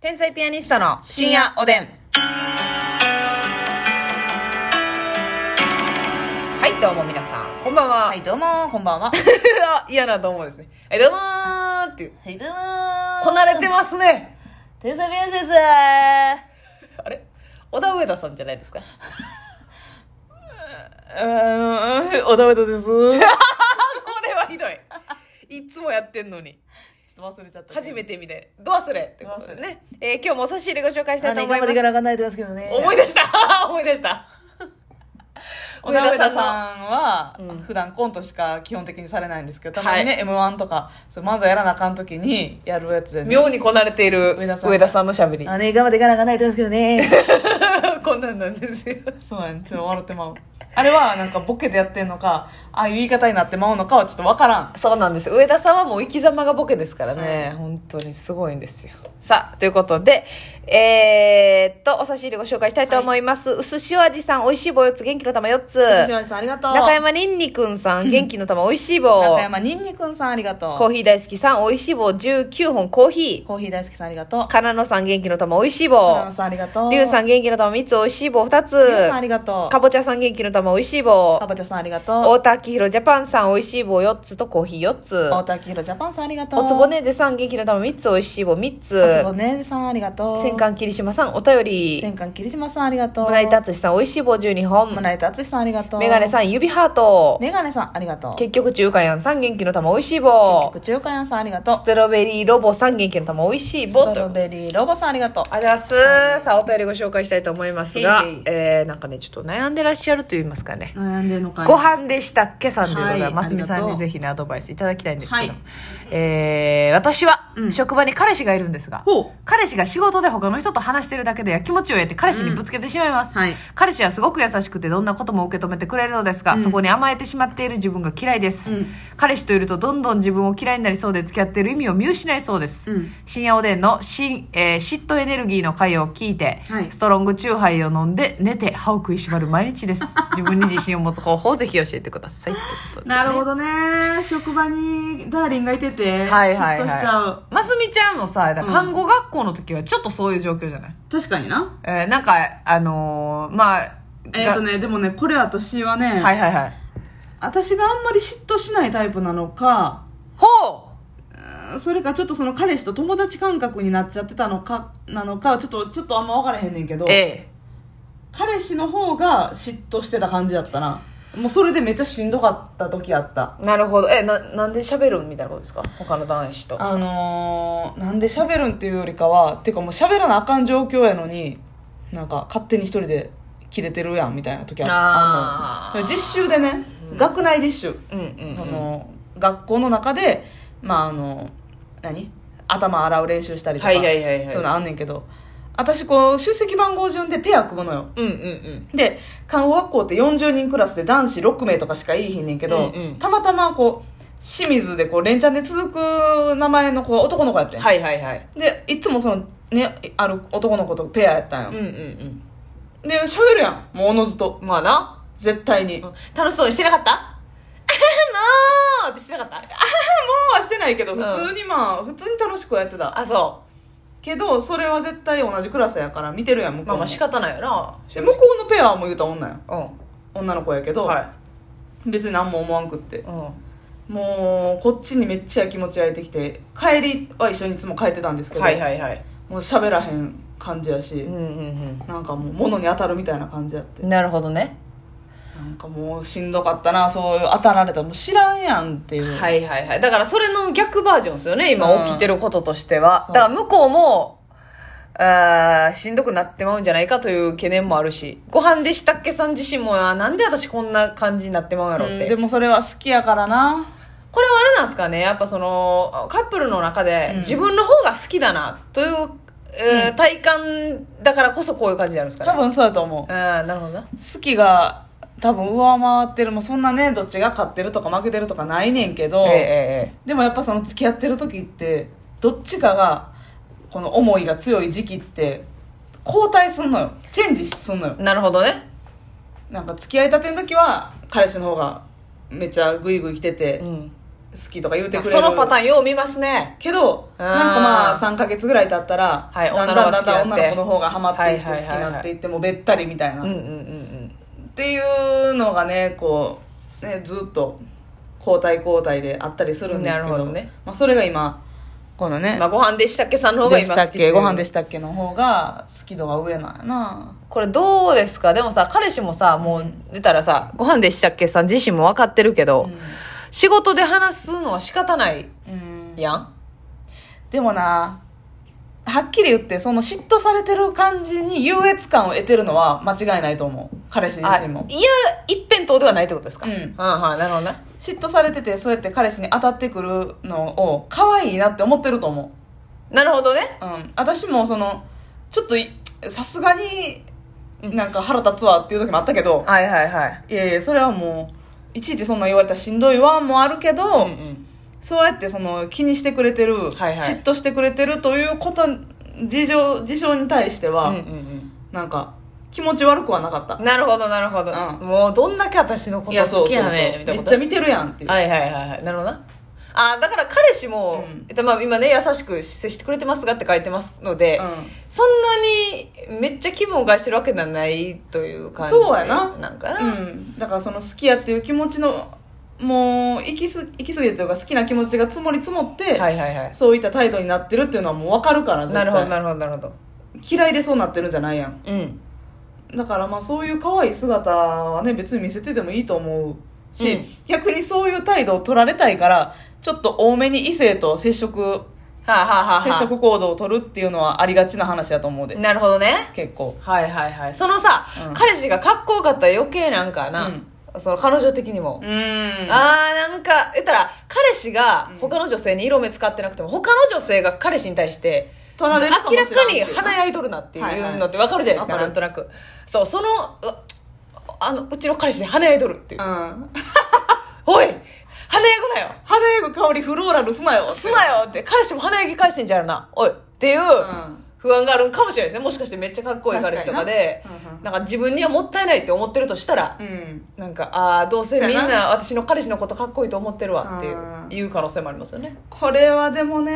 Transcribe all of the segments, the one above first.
天才ピアニストの深夜おでん。はい、どうも皆さん、こんばんは。はい、どうもー、こんばんは。あ嫌などうもですね。はい、どうもーっていう。はい、どうも ー。こなれてますね。天才ビアンですー。 あれ小田上田さんじゃない ですか。うーん、お だめだです。ちょっこれはひどい。いつもやってんのに。と忘れちゃった。初めて。て見て、ど忘れってことでね。えー今日もお差し入れご紹介したいと何思頑いま張っていすか。なあかんないと思いますけどね。思い出した 思い出したおだめださんのはうん、普段コントしか基本的にされないんですけど、たまにはね、M1 とか、そう漫才やらなあかんときにやるやつでね。妙にこなれている上田さん上田さんのしゃべりあね、頑張っていかなあかんないと思いますけどね。 こんなんなんですよそうやね、ちょっと笑ってまう。あれは、なんかボケでやってんのか、ああいう言い方になってまうのかはちょっとわからん。そうなんです上田さんはもう生き様がボケですからね、本当にすごいんですよさあということでえー、っとお差し入れご紹介したいと思います、うすしお味さんおいしい棒4つ元気の玉4つさん、ありがとう。中山りんにくん さん元気の玉おいしい棒中山にんにくんさん、ありがとう。コーヒー大好きさんおいしい棒19本コーヒコーヒー大好きさんありがとうー。かなのさん元気の玉おいしい花棒野さんありがとう。りゅうさん。ん元気の玉3つおいしい棒2つりゅうさんありがとう。かぼちゃさん元気の玉おいしい棒かぼちゃさんありがとう。太田明宏ジャパンさんおいしい棒4つとコーヒー4つ太田明宏ジャパンさんありがとおう。つぼ。ねでさん元気の玉3つおいしい棒3おつぼつねさんありがとう。戦。艦霧島さんお便り戦艦霧島さんありがとう。胸板淳さんおいしい棒12本胸板淳さんありがとう。メガネさん指ハートメガネさんありがとう。結結局中華やんさん元気の玉おいしい棒局中華屋さんありがとうス。トロベリーロボさん元気の玉おいしいス棒トとロベリーロボさんありがとう。ありがとうございますさあお便りご紹介したいと思いますがいえいえいえーなんかねちょっと悩んでらっしゃると言いますかね悩んでんのかご飯でしたっけさんでございはいます。ますみあさりがんとうにぜひね、アドバイスいただきたいんですけど。はいえー私は、うん職場に彼氏がいるんですが、ほ彼氏が仕事で他の人と話してるだけでやきもちを得て彼氏にぶつけてしまいます、うんはい彼氏はすごく優しくてどんなことも受け止めてくれるのですが、うんそこに甘えてしまっている自分が嫌いです、うん彼氏といるとどんどん自分を嫌いになりそうで付き合っている意味を見失いそうです、うん深夜おでんのし、えー嫉妬エネルギーの回を聞いて、はいストロングチューハイを飲んで寝て歯を食いしばる毎日 です自分に自信を持つ方法をぜひ教えてくださいってことでねなるほどね。職場にダーリンがいてて、はいはい嫉はい妬しちゃう。ますみちゃんもさだからうん看護学校の時はちょっとそういう状況じゃない、確かにな。えーなんかあのーまあえっ、とね、でもね、これ私はね、がはいはいはい私があんまり嫉妬しないタイプなのかほうーんそれかちょっとその彼氏と友達感覚になっちゃってたのかなのかちょっとちょっとあんま分からへんねんけどうええ彼氏の方が嫉妬してた感じだったなもうそれでめっちゃしんどかった時あったなるほどえななんで喋るみたいなことですか他の男子とあのー、なんで喋るんっていうよりかはっていうかもう喋らなあかん状況やのになんか勝手に一人で切れてるやんみたいな時あああーの実習でね、学内実習うんうん、うん、その学校の中で、まあ、あの何頭洗う練習したりとか、はいはいはいはいそういうのあんねんけど私こう出席番号順でペア組むのようんうんうんで看護学校って40人クラスで男子6名とかしかいいひんねんけど、うんうんたまたまこう清水でこう連チャンで続く名前の子は男の子やってん、はいはいはいでいつもそのねある男の子とペアやったんようん、うんうんで喋るやんもうおのずとまあな絶対に、も楽しそうにしてなかった もうってしてなかったうはしてないけど普通にまあ、普通に楽しくやってたあそけどそれは絶対同じクラスやから見てるやん向こううまあもまあ仕方ないよなで向こうのペアはもう言うたら女やんうん女の子やけど、は別に何も思わんくっていうんもうこっちにめっちゃ気持ち焼いてきて帰りは一緒にいつも帰ってたんですけど、はいはいはいもう喋らへん感じやし、うんうんなんかもう物に当たるみたいな感じやってうんなるほどねなんかもうしんどかったなそういう当たられたもう知らんやんっていう、はいはいはいだからそれの逆バージョンですよねう今ん起きてることとしてはそうだから向こうもあーしんどくなってまうんじゃないかという懸念もあるしご飯でしたっけさん自身もあーなんで私こんな感じになってまうんやろうっんてでもそれは好きやからなこれはあれなんですかねやっぱそのカップルの中でうん自分の方が好きだなという、えー体感だからこそこういう感じになるんですか多ね分そうやと思ううんなるほどな好きが多分上回ってるもうそんなねどっちが勝ってるとか負けてるとかないねんけど、えええでもやっぱその付き合ってる時ってどっちかがこの思いが強い時期って交代すんのよチェンジすんのよえなるほどねなんか付き合いたての時は彼氏の方がめっちゃグイグイ来てて、うんきとか言うてくれるそのパターンよう見ますね。けどうんなんかまあ3か月ぐらい経ったら、はいだんだん女のだ子がん好だきんになっ女ての子の方がハマっていっては好いきはいはいにはいなっていってもうべったりみたいな、うんうんっうんうん。ていうのがねこうねずっと交代交代であったりするんですけなどるほどねまあ、それが今このね、まあ、ご飯でしたっけさんの方がで今し好たきっけご飯でししたっけの方が好き度が上なんやなこれどうですかでもさ、彼氏もさ、もう出たらさ、ご飯でしたっけさん自身も分かってるけど、仕事で話すのは仕方ないうんやん。でもなはっきり言ってその嫉妬されてる感じに優越感を得てるのは間違いないと思う彼氏あ自身もいや、一辺倒ではないってことですか。うんはい、なるほどね。嫉妬されててそうやって彼氏に当たってくるのを可愛いなって思ってると思なるほどね。う、うん、私もそのちょっといさすがになんか腹立つわっていう時もあったけど、はいはいはい。いやいやそれはもういちいちそんな言われたらしんどいわもあるけど、うんうん。そうやってその気にしてくれてはる、いはい嫉妬してくれてるということ事情事象に対しては、うんうんなんか気持ち悪くはなかったうん、なるほどなるほど、うもうどんだけ私のこと好きやねんみたいなめっこちゃと見てるやんっていう、はいはいはいはいなるほどなあだから彼氏も、うんえっとまあ、今ね優しく接してくれてますがって書いてますので、うそんなにめっちゃ気分を害してるわけではないという感じそうやななんかな、んうん、だからその好きやっていう気持ちのもう行きす行き過ぎてというか好きな気持ちが積もり積もって、はいはいはいそういった態度になってるっていうのはもう分かるから絶な対るほどなるほどなるほど嫌いでそうなってるんじゃないやんうんだからまあそういう可愛い姿はね別に見せててもいいと思うし、うん逆にそういう態度を取られたいからちょっと多めに異性と接触はあ、はあはあは接あ、触行動を取るっていうのはありがちな話だと思うでなるほどね結構はいはいはいそのさ、うん彼氏がかっこよかったら余計なんかな、その彼女的にもう、ーんあーなんか言ったら彼氏が他の女性に色目使ってなくても、他の女性が彼氏に対して取明らられるかもしれんってかにいう華やいとるなっていはいはういのってわかるじゃないですか、わかなるんとなくそうそのうあのうちの彼氏に華やいとるっていう、うんおい華やぐなよ花やぐ香りフローラルすなよすなよって彼氏も華やぎ返してんじゃうなおいっていうん不安があるんかもしれないですねもしかしてめっちゃかっこいい彼氏とかで確かになうんうんなんか自分にはもったいないって思ってるとしたら、うんなんかあーどうせみんそうやな私の彼氏のことかっこいいと思ってるわっていうあーいう可能性もありますよねこれはでもね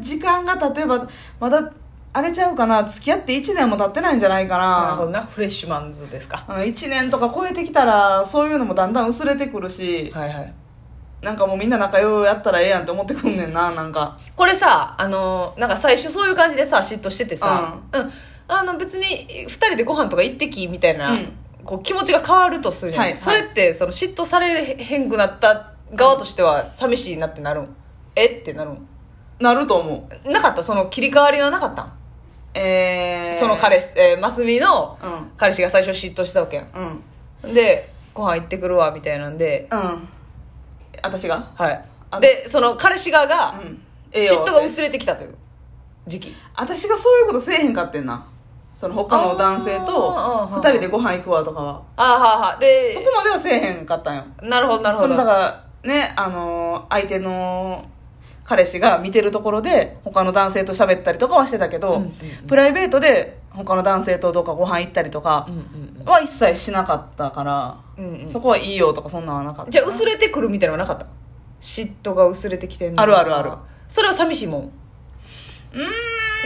時間が経てばまだあれちゃうかな付き合って1年も経ってないんじゃないかなるなほどなフレッシュマンズですかうん1年とか超えてきたらそういうのもだんだん薄れてくるしはいはいなんかもうみんな仲良うやったらええやんって思ってくんねんななんかこれさあのなんか最初そういう感じでさ嫉妬しててさうん、あの別に2人でご飯とか行ってきみたいな、うんこう気持ちが変わるとするじゃない、はいそれってその嫉妬されへんくなった側としては寂しいなってなるんえってなるんなると思うなかったその切り替わりはなかったん、えー、その彼氏、えー、マスミのうん彼氏が最初嫉妬したわけやんうんうんでご飯行ってくるわみたいなんで私がはいあでその彼氏側うがんええよ嫉妬が薄れてきたという時期私がそういうことせえへんかってんなその他の男性とあー2人でご飯行くわとかはああはあはあでそこまではせえへんかったんよなるほどなるほそどのだからねあのー相手の彼氏が見てるところで他の男性と喋ったりとかはしてたけど、うんうんプライベートで他の男性とどっかご飯行ったりとかうんうんは一切しなかったから、うんうんそこはいいよとかそんなんはなかうったんじゃあ薄れてくるみたいなのはなかった嫉妬が薄れてきてんのあるあるあるそれは寂しいもんうん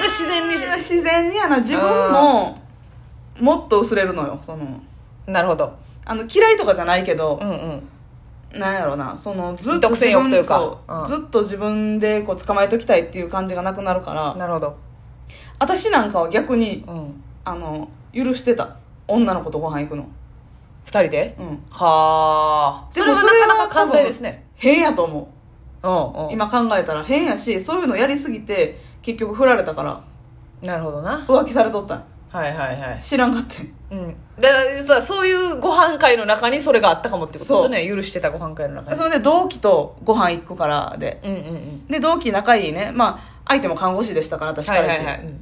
自然にし自然にやな自分ももっと薄れるのよそのなるほどあの嫌いとかじゃないけどう、んうんなんやろなそのずっと独占欲というかそううんずっと自分でこう捕まえときたいっていう感じがなくなるからなるほど私なんかは逆にうんあの許してた女の子とご飯行くの二人でうんはあそでれもはそれはなかなか寛大ですね変やと思うんううん今考えたら変やしそういうのやりすぎて結局振られたからなるほどな浮気されとったんはいはいはい知らんかってんうんだから実はそういうご飯会の中にそれがあったかもってことですよね許してたご飯会の中にそれで同期とご飯行くからでうんうんうんで同期仲いいねまあ相手も看護師でしたから私はい彼は氏、いはいうん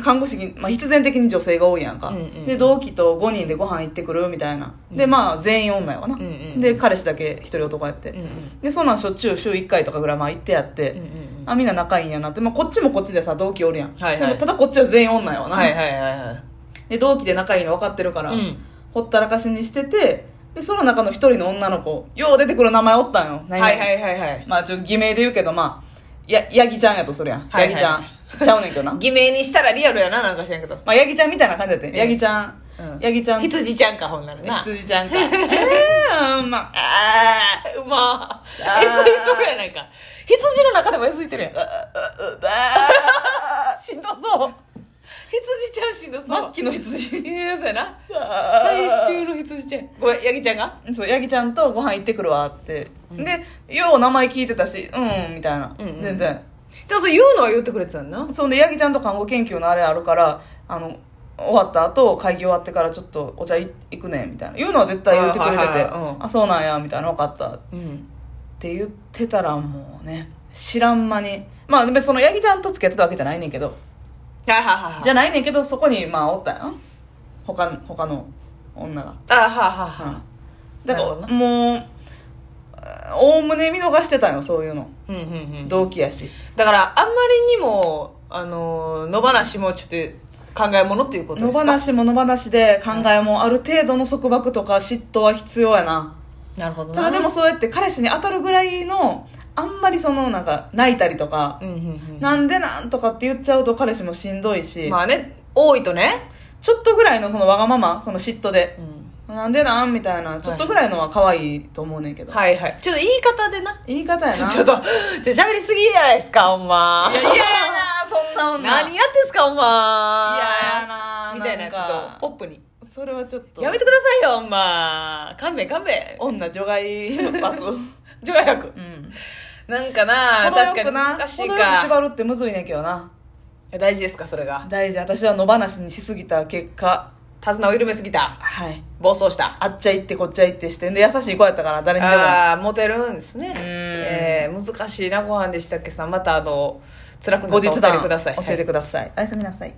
看護師に、まあ、必然的に女性が多いやんか、うんうんで同期と5人でご飯行ってくるみたいなでまあ全員女やわな、んうんで彼氏だけ一人男やって、うんでそんなんしょっちゅう週1回とかぐらいまあ行ってやって、うんうんうんあみんな仲いいんやなって、まあ、こっちもこっちでさ同期おるやん、はいはいでもただこっちは全員女やわな、はいはいはいはいで同期で仲いいの分かってるから、うんほったらかしにしててで、その中の一人の女の子、よう出てくる名前おったんよ。は何い々はいはいはい。まあ、ちょ、偽名で言うけど、まあ、や、ヤギちゃんやとするやん。はいヤはいギちゃん。ちゃうねんけど な。ま偽名にしたらリアルやな、なんか知らんけど。あ、ヤギちゃんみたいな感じだったね。ヤギちゃんうん。ヤギちゃん。羊ちゃんか、ほんならな。羊 ちゃんか。えー、まあ、あうまあ、あーえずいとるやないか。羊の中でもえずいてるやん。ー、うあしんどそう。羊ちゃんしんどー、マそッう。キーの羊。いや、そうやな。あー最終の羊ちゃん。ごめん、ヤギちゃんがそう、ヤギちゃんとご飯行ってくるわって。で、よう名前聞いてたし、うん、みたいな。うんうん全然。でもそう言うのは言ってくれてたんな。そんで、ヤギちゃんと看護研究のあれあるから、あの、終わった後、会議終わってからちょっとお茶い行くね、みたいな。言うのは絶対言ってくれてあはいて、はいうんあ、そうなんや、みたいな、分かったっうん。て言ってたらもうね、知らん間に。まあ、別にそのヤギちゃんと付き合ってたわけじゃないねんけど、はいはいはいはい。じゃないねんけど、そこに、まあ、おったんやん。他の、他の女が。あ、はいはいはうん。だなるかほどら、なもう、おおむね見逃してたんよ、そういうの。い。うんうんうん。同期やし。だから、あんまりにも、あのー、野放しもちょっと考えものっていうこと野ですか放しも野放しで考えもある程度の束縛とか嫉妬は必要やな。なるほどな。ただでも、そうやって彼氏に当たるぐらいの、あんまりそのなんか泣いたりとかう、んうんなんでなんとかって言っちゃうと彼氏もしんどいうん。し、まあね、多いとね。ちょっとぐらいのそのわがまま、その嫉妬で、うん。なんでなんみたいな、ちょっとぐらいのは可愛いと思うねんけど。はいはい。ちょっと言い方でな。言い方やな。ちょ、ちょっと、ちょ、喋りすぎじゃないですか、ほんま。いや、嫌やな、そんな女。何やってんすか、ほんま。嫌やなみたいななんかことを、ポップに。それはちょっと。やめてくださいよ、ほんま。勘弁勘弁。女除外枠。う除外役。ん。なんかな、程よ確かにくな、難しい程よくか。縛るってむずいねんけどな。え大事ですか、それが。大事、私は野放しにしすぎた結果、手綱を緩めすぎた。はい。暴走した。あっちゃいってこっちゃいってして、で、優しい子やったから、誰にでも。ああーモテるんですね、えーー難しいなご飯でしたっけさんまたあの辛くな後った日お便り談ください教えてください。おやすみなさい。